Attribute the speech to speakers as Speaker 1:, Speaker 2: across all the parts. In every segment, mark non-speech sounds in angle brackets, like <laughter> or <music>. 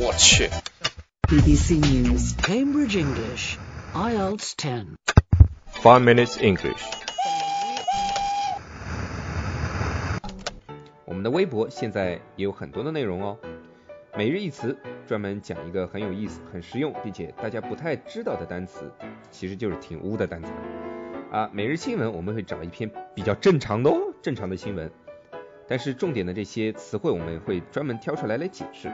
Speaker 1: 我去，
Speaker 2: BBC News, Cambridge English, IELTS 10.
Speaker 3: Five minutes English。我们的微博现在也有很多的内容哦，每日一词专门讲一个很有意思、很实用，并且大家不太知道的单词，其实就是挺污的单词啊。每日新闻我们会找一篇比较正常的哦，正常的新闻，但是重点的这些词汇我们会专门挑出来来解释。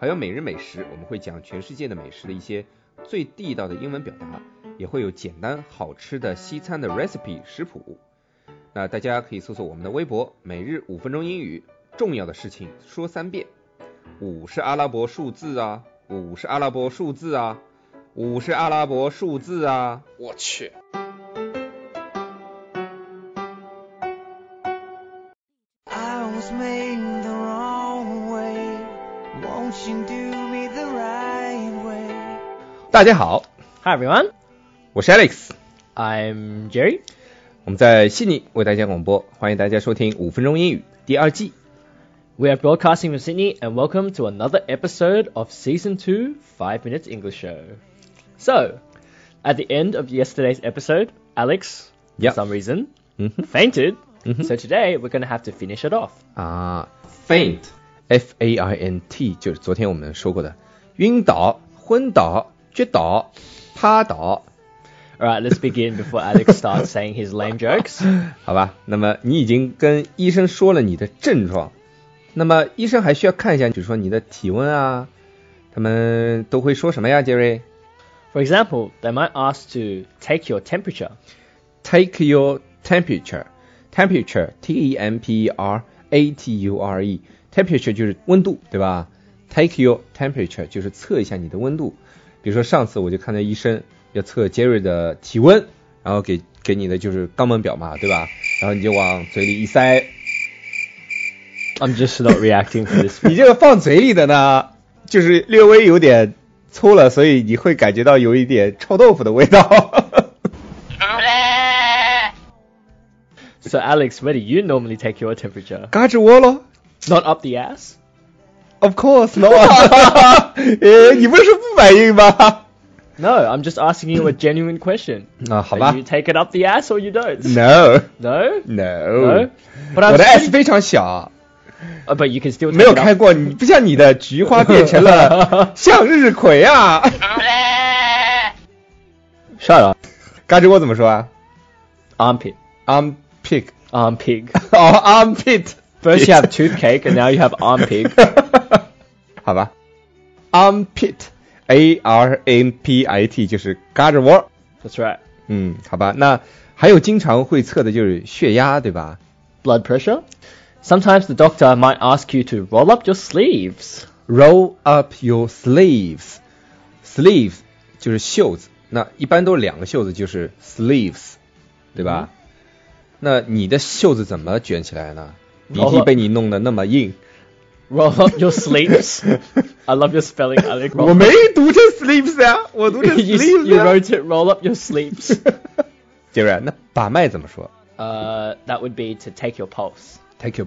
Speaker 3: 还有每日美食，我们会讲全世界的美食的一些最地道的英文表达，也会有简单好吃的西餐的 recipe 食谱。那大家可以搜索我们的微博“每日五分钟英语”，重要的事情说三遍。五是阿拉伯数字啊，五是阿拉伯数字啊，五是阿拉伯数字啊。
Speaker 1: 我去。
Speaker 4: I was made the wrong way. Won't you do me the right way?
Speaker 3: 大家好，
Speaker 5: Hi everyone,
Speaker 3: 我是 Alex，
Speaker 5: I'm Jerry.
Speaker 3: 我们在悉尼为大家广播，欢迎大家收听五分钟英语第二季。
Speaker 5: We are broadcasting from Sydney and welcome to another episode of Season 2 5 Minutes English Show. So, at the end of yesterday's episode, Alex,
Speaker 3: Yep.
Speaker 5: for some reason, Mm-hmm.
Speaker 3: Mhm.
Speaker 5: fainted.
Speaker 3: Mhm.
Speaker 5: So today we're going to have to finish it off.
Speaker 3: 啊，faint，f a i n t，就是昨天我们说过的晕倒、昏倒、撅倒、趴倒，
Speaker 5: Alright, let's begin before Alex starts saying his lame <laughs> jokes.
Speaker 3: 好吧？那么你已经跟医生说了你的症状，那么医生还需要看一下，比如说你的体温啊，他们都会说什么呀，杰瑞
Speaker 5: For example, they might ask to take your temperature.
Speaker 3: ？Take your temperature，temperature，t e m p e r a t u r e，temperature 就是温度，对吧？Take your temperature 就是测一下你的温度。比如说上次我就看到医生要测 Jerry 的体温，然后给给你的就是肛门表嘛，对吧？然后你就往嘴里一塞，
Speaker 5: I'm just not reacting to this.
Speaker 3: 你这个放嘴里的呢，就是略微有点粗了，所以你会感觉到有一点臭豆腐的味道。
Speaker 5: <laughs>
Speaker 3: <laughs>
Speaker 5: So, Alex, where do you normally take your temperature?
Speaker 3: 嘎吱窝咯
Speaker 5: Not up the ass?
Speaker 3: Of course <laughs> not 呃，你不是说不反应吗？
Speaker 5: No, I'm just asking you a genuine question.
Speaker 3: 啊，好
Speaker 5: Either
Speaker 3: 吧
Speaker 5: You take it up the ass or you don't.
Speaker 3: ，No
Speaker 5: No?
Speaker 3: No，
Speaker 5: 哎
Speaker 3: 我
Speaker 5: But I'm
Speaker 3: 的 S
Speaker 5: pretty-
Speaker 3: 非常小，
Speaker 5: Oh, but you can still
Speaker 3: 没有
Speaker 5: take it
Speaker 3: 开
Speaker 5: <laughs> up.
Speaker 3: 过，你不像你的菊花变成
Speaker 5: <laughs>
Speaker 3: 了向日葵啊。
Speaker 5: Shut up.
Speaker 3: 嘎吱窝怎么说啊
Speaker 5: Armpit.
Speaker 3: ？Arm pig， <laughs>
Speaker 5: Arm pig.
Speaker 3: 哦，arm pit，
Speaker 5: First you have toothcake and now you have arm
Speaker 3: <laughs>
Speaker 5: pig.
Speaker 3: 好吧，arm pit，a r m p i t 就是嘎吱窝。
Speaker 5: That's right.
Speaker 3: 嗯，好吧，那还有经常会测的就是血压，对吧
Speaker 5: Blood pressure. Sometimes the doctor might ask you to roll up your sleeves.
Speaker 3: ？Roll up your sleeves，sleeves 就是袖子，那一般都是两个袖子，就是 sleeves，对吧？
Speaker 5: 嗯
Speaker 3: 那你的袖子怎么卷起来呢？鼻涕
Speaker 5: Roll up
Speaker 3: 被你弄得那么硬。
Speaker 5: Roll up your sleeves. I love your spelling, Alex.
Speaker 3: 我
Speaker 5: Roll
Speaker 3: 没读成 sleeves 呀、我
Speaker 5: <laughs>
Speaker 3: 读成
Speaker 5: you,
Speaker 3: sleeves、
Speaker 5: you
Speaker 3: <laughs>
Speaker 5: wrote it. Roll up your sleeves. <laughs>
Speaker 3: 杰瑞，那把脉怎么说
Speaker 5: Uh, that would be to take your pulse.
Speaker 3: ？Take your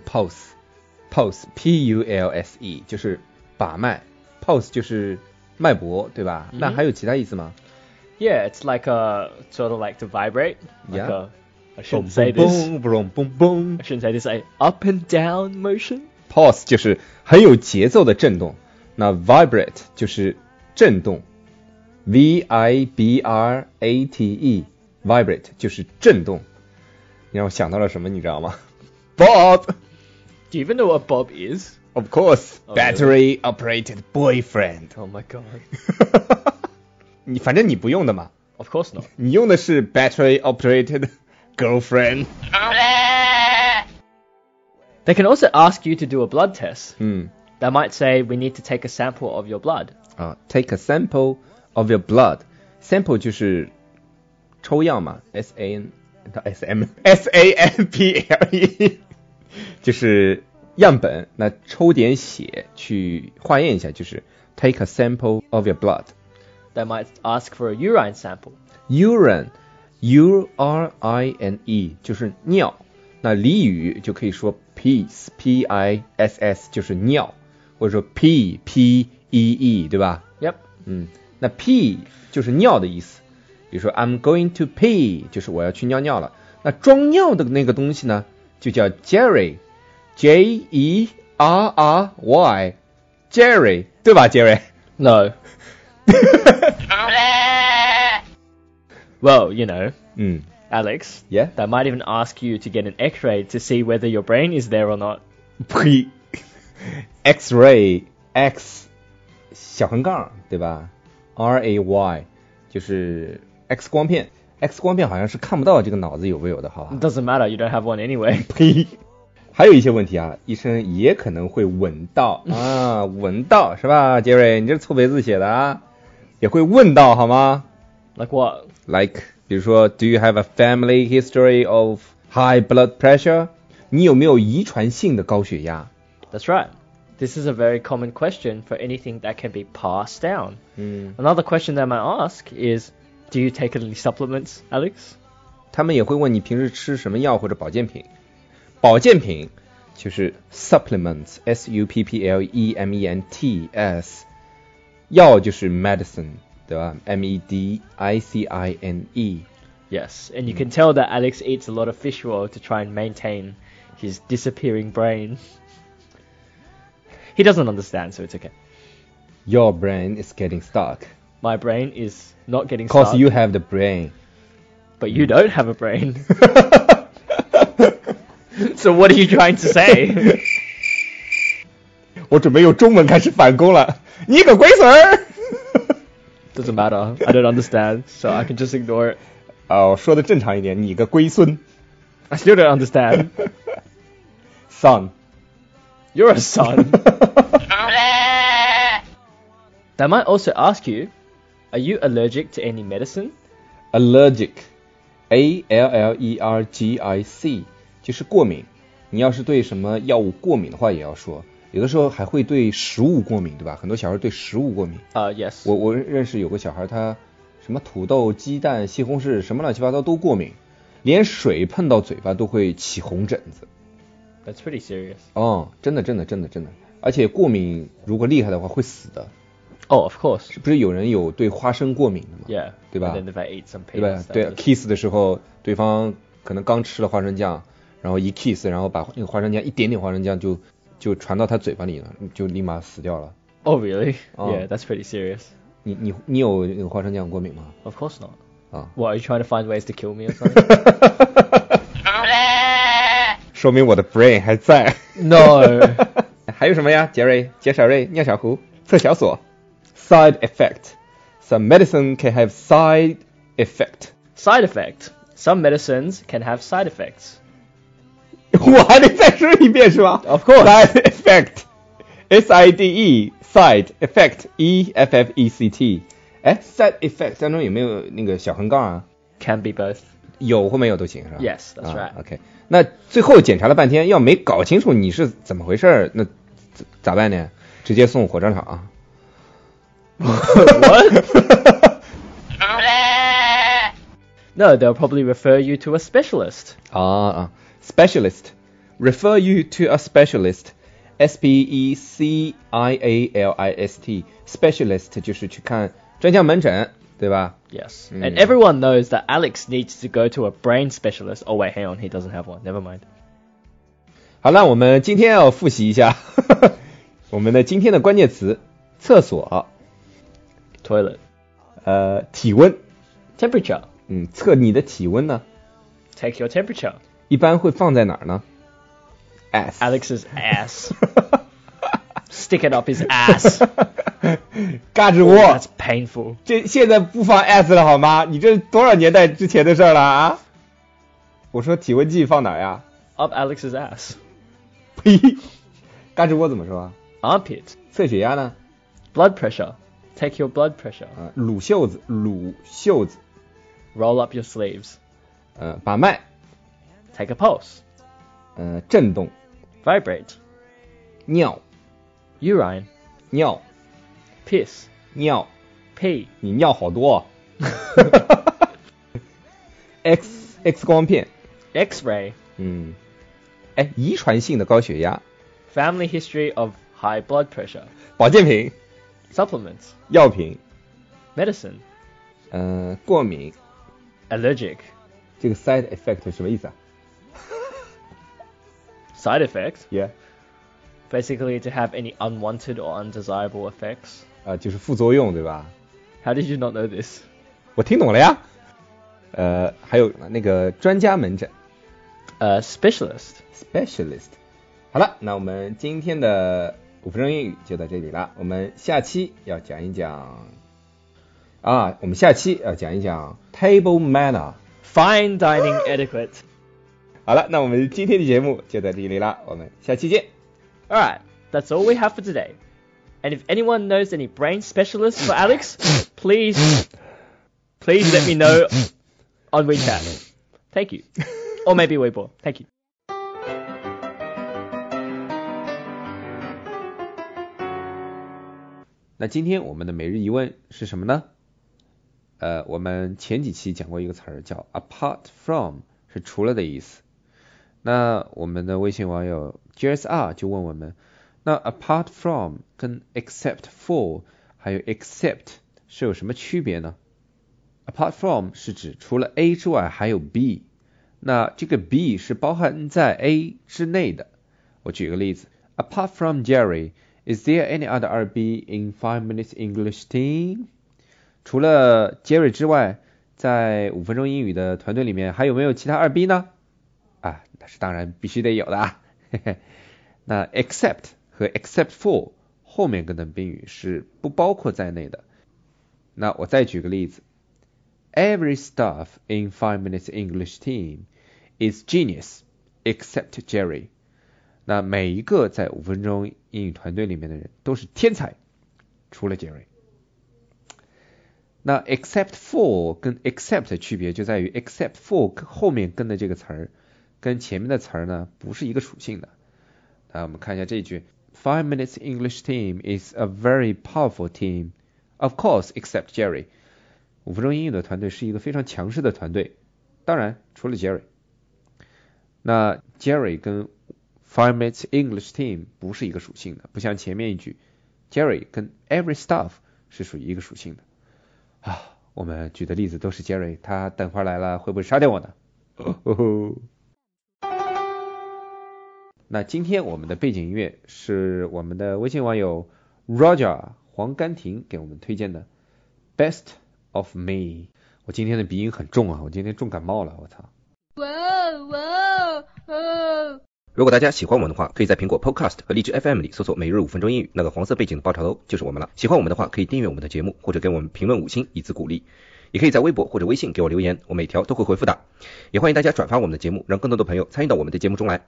Speaker 3: pulse，pulse，p u l s e，就是把脉，pulse 就是脉搏，对吧？
Speaker 5: 嗯
Speaker 3: 那还有其他意思吗？
Speaker 5: Yeah, it's like a sort of like to vibrate. Like
Speaker 3: Yeah.
Speaker 5: a, I shouldn't say this.
Speaker 3: 嘣嘣嘣嘣
Speaker 5: I shouldn't say this. A up and down motion.
Speaker 3: ，pulse 就是很有节奏的震动，那 vibrate 就是震动，v i b r a t e，vibrate 就是震动。你让我想到了什么，你知道吗 <laughs> ？Bob，of
Speaker 5: Do you even know what bob is? Oh,
Speaker 3: course，battery operated boyfriend。 <laughs>
Speaker 5: Oh my god.
Speaker 3: 你反正你不用的嘛，
Speaker 5: <laughs> Of course not.
Speaker 3: 你用的是 battery operated <laughs> girlfriend。
Speaker 5: They can also ask you to do a blood test.
Speaker 3: 嗯
Speaker 5: They might say we need to take a sample of your blood.
Speaker 3: 啊，take a sample of your blood。sample 就是抽样嘛，s a n 到 s m s a m p l e，就是样本。那抽点血去化验一下，就是 take a sample of your blood。
Speaker 5: They might ask for a urine sample.
Speaker 3: urine u r i n e 就是尿，那俚语就可以说 piss p i s s 就是尿，或者说 p p e e，对吧？
Speaker 5: Yep.
Speaker 3: 嗯，那 pee 就是尿的意思，比如说 I'm going to pee 就是我要去尿尿了。那装尿的那个东西呢，就叫 Jerry，J E R R Y，Jerry 对吧，Jerry？ <laughs>
Speaker 5: No. well, you know,
Speaker 3: 嗯
Speaker 5: Alex,
Speaker 3: Yeah?
Speaker 5: they might even ask you to get an X-ray to see whether your brain is there or not.
Speaker 3: ，pee X-ray X 小横杠对吧？R A Y 就是 X 光片，X 光片好像是看不到这个脑子有没有的，好吧
Speaker 5: It？doesn't matter. You don't have one anyway. <laughs>
Speaker 3: <laughs> 呸！还有一些问题啊，医生也可能会吻到啊，吻到是吧，杰瑞？你这是错别字写的啊，也会问到好吗
Speaker 5: Like what?
Speaker 3: ？Like，比如说，Do you have a family history of high blood pressure？你有没有遗传性的高血压？
Speaker 5: That's right. This is a very common question for anything that can be passed down.
Speaker 3: 嗯，
Speaker 5: Another question they might ask is, do you take any supplements, Alex?
Speaker 3: 他们也会问你平时吃什么药或者保健品。保健品就是 supplements，s u p p l e m e n t s，药就是 medicine，对吧？m e d i c i n e。
Speaker 5: Yes, Hmm. and you can tell that Alex eats a lot of fish oil to try and maintain his disappearing brain. He doesn't understand, so it's okay.
Speaker 3: Your brain is getting stuck
Speaker 5: My brain is not getting
Speaker 3: because
Speaker 5: stuck,
Speaker 3: you have the brain.
Speaker 5: but you don't have a <laughs> brain. so what are you trying to say?
Speaker 3: 我准备用中文开始反攻了，你个龟孙儿！
Speaker 5: <laughs> Doesn't matter. I don't understand, so I can just ignore it.
Speaker 3: 哦，说的正常一点，你个龟孙
Speaker 5: I still don't understand.
Speaker 3: ，son。 <laughs>
Speaker 5: You're a son. <laughs> they might also ask you, are you allergic to any medicine?
Speaker 3: allergic, a l l e r g i c，就是过敏。你要是对什么药物过敏的话，也要说。有的时候还会对食物过敏，对吧？很多小孩对食物过敏。
Speaker 5: Uh, yes.
Speaker 3: 我我认识有个小孩，他什么土豆、鸡蛋、西红柿，什么乱七八糟都过敏，连水碰到嘴巴都会起红疹子。
Speaker 5: That's pretty serious.
Speaker 3: 哦，真的，真的，真的，真的。而且过敏如果厉害的话会死的，
Speaker 5: Oh, of course.
Speaker 3: 是不是有人有对花生过敏的吗
Speaker 5: Yeah.
Speaker 3: 对吧
Speaker 5: And then if I eat some
Speaker 3: 对吧
Speaker 5: peanuts,？that'll
Speaker 3: 对
Speaker 5: just-
Speaker 3: ，kiss 的时候，对方可能刚吃了花生酱，然后一 kiss，然后把那个花生酱一点点花生酱就就传到他嘴巴里了，就立马死掉了。
Speaker 5: Oh, really?
Speaker 3: Oh.
Speaker 5: Yeah, that's pretty serious.
Speaker 3: 你你你有那个花生酱过敏吗？
Speaker 5: Of course not.
Speaker 3: Oh.
Speaker 5: What, are you trying to find ways to kill me or something?
Speaker 3: 说明我的 brain 还在。
Speaker 5: <laughs> no.
Speaker 3: <laughs> 还有什么呀？杰瑞、杰小瑞、尿小胡、测小锁。Side effect. Some medicine can have side effect.
Speaker 5: <laughs> Side effect. Some medicines can have side effects. <laughs>
Speaker 3: 我还得再说一遍是吧
Speaker 5: Of course.
Speaker 3: Side effect. S I D E. Side effect. E F F E C T. 哎，side effect 当中有没有那个小横杠啊？
Speaker 5: Can be both.
Speaker 3: 有或没有都行是吧
Speaker 5: Yes, that's
Speaker 3: 啊
Speaker 5: right.
Speaker 3: OK，那最后检查了半天，要没搞清楚你是怎么回事儿，那咋咋办呢？直接送火葬场
Speaker 5: <laughs>
Speaker 3: 啊？ <laughs>
Speaker 5: No, they'll probably refer you to a specialist.
Speaker 3: 啊啊，specialist refer you to a specialist。S P E C I A L I S T specialist 就是去看专家门诊，对吧？
Speaker 5: Yes.
Speaker 3: Mm.
Speaker 5: And everyone knows that Alex needs to go to a brain specialist. Oh, wait, hang on. He doesn't have one. Never mind.
Speaker 3: 好了，我们今天要复习一下 <laughs> 我们的今天的关键词：厕所，
Speaker 5: Toilet.
Speaker 3: 呃，体温，
Speaker 5: Temperature.
Speaker 3: 嗯，测你的体温呢，
Speaker 5: Take your temperature.
Speaker 3: 一般会放在哪儿呢？S
Speaker 5: Alex's ass. Stick it up his ass.
Speaker 3: <laughs> 嘎吱窝
Speaker 5: Oh, That's，painful.
Speaker 3: 这现在不放 S 了好吗？你这多少年代之前的事儿了啊？我说体温计放哪儿呀？
Speaker 5: Up Alex's ass.
Speaker 3: 呸！嘎吱窝怎么说啊？
Speaker 5: Armpit.
Speaker 3: 测血压呢？
Speaker 5: Blood pressure. Take your blood pressure.
Speaker 3: 啊、撸袖子，撸袖子，
Speaker 5: Roll up your sleeves.
Speaker 3: 呃，把脉，
Speaker 5: Take a pulse.
Speaker 3: 呃，震动，
Speaker 5: Vibrate.
Speaker 3: 尿，
Speaker 5: Urine.
Speaker 3: 尿，
Speaker 5: Piss.
Speaker 3: 尿，
Speaker 5: Pee.
Speaker 3: 你尿好多、哦。X X 光片，
Speaker 5: X-ray.
Speaker 3: 嗯，哎，遗传性的高血压，
Speaker 5: Family history of high blood pressure.
Speaker 3: 保健品，
Speaker 5: supplements,
Speaker 3: 药品，
Speaker 5: medicine,
Speaker 3: 嗯、过敏，
Speaker 5: allergic,
Speaker 3: 这个 side effect 什么意思啊
Speaker 5: side effect,
Speaker 3: ？Yeah，
Speaker 5: basically to have any unwanted or undesirable effects.
Speaker 3: 啊、就是副作用对吧？
Speaker 5: How did you not know this?
Speaker 3: 我听懂了呀。呃，还有那个专家门诊
Speaker 5: Uh, specialist.
Speaker 3: specialist。好了，那我们今天的五分钟英语就到这里了。我们下期要讲一讲啊，我们下期要讲一讲 table manner。
Speaker 5: Fine dining etiquette.
Speaker 3: 好了，那我们今天的节目就到这里了，我们下期见。
Speaker 5: Alright, that's all we have for today. And if anyone knows any brain specialists for Alex, please, please let me know on WeChat. Thank you. Or maybe Weibo. Thank you.
Speaker 3: 那今天我们的每日一问是什么呢？呃，我们前几期讲过一个词儿叫 apart from，是除了的意思。那我们的微信网友 JSR 就问我们，那 apart from 跟 except for 还有 except 是有什么区别呢？apart from 是指除了 A 之外还有 B，那这个 B 是包含在 A 之内的。我举个例子，Apart from Jerry。Is there any other RB in five minutes English team？除了 Jerry 之外，在五分钟英语的团队里面还有没有其他二 B 呢？啊，那是当然必须得有的啊。 <laughs> 嘿嘿。那 except 和 except for 后面跟的宾语是不包括在内的。那我再举个例子，Every staff in five minutes English team is genius except Jerry。那每一个在五分钟英语团队里面的人都是天才，除了杰瑞。那 except for 跟 except 的区别就在于 except for 后面跟的这个词儿跟前面的词儿呢不是一个属性的。那我们看一下这一句：Five minutes English team is a very powerful team, of course, except Jerry。五分钟英语的团队是一个非常强势的团队，当然除了 Jerry。那 Jerry 跟 Five Minutes English Team 不是一个属性的，不像前面一句 Jerry 跟 Every Staff 是属于一个属性的。啊，我们举的例子都是 Jerry，他等会儿来了会不会杀掉我呢？哦吼！那今天我们的背景音乐是我们的微信网友 Roger 黄甘婷给我们推荐的《Best of Me》。我今天的鼻音很重啊，我今天重感冒了，我操！
Speaker 1: Whoa, whoa, whoa.
Speaker 6: 如果大家喜欢我们的话，可以在苹果 Podcast 和荔枝 FM 里搜索“每日五分钟英语”，那个黄色背景的爆炸头就是我们了。喜欢我们的话，可以订阅我们的节目，或者给我们评论五星以资鼓励。也可以在微博或者微信给我留言，我每条都会回复的。也欢迎大家转发我们的节目，让更多的朋友参与到我们的节目中来。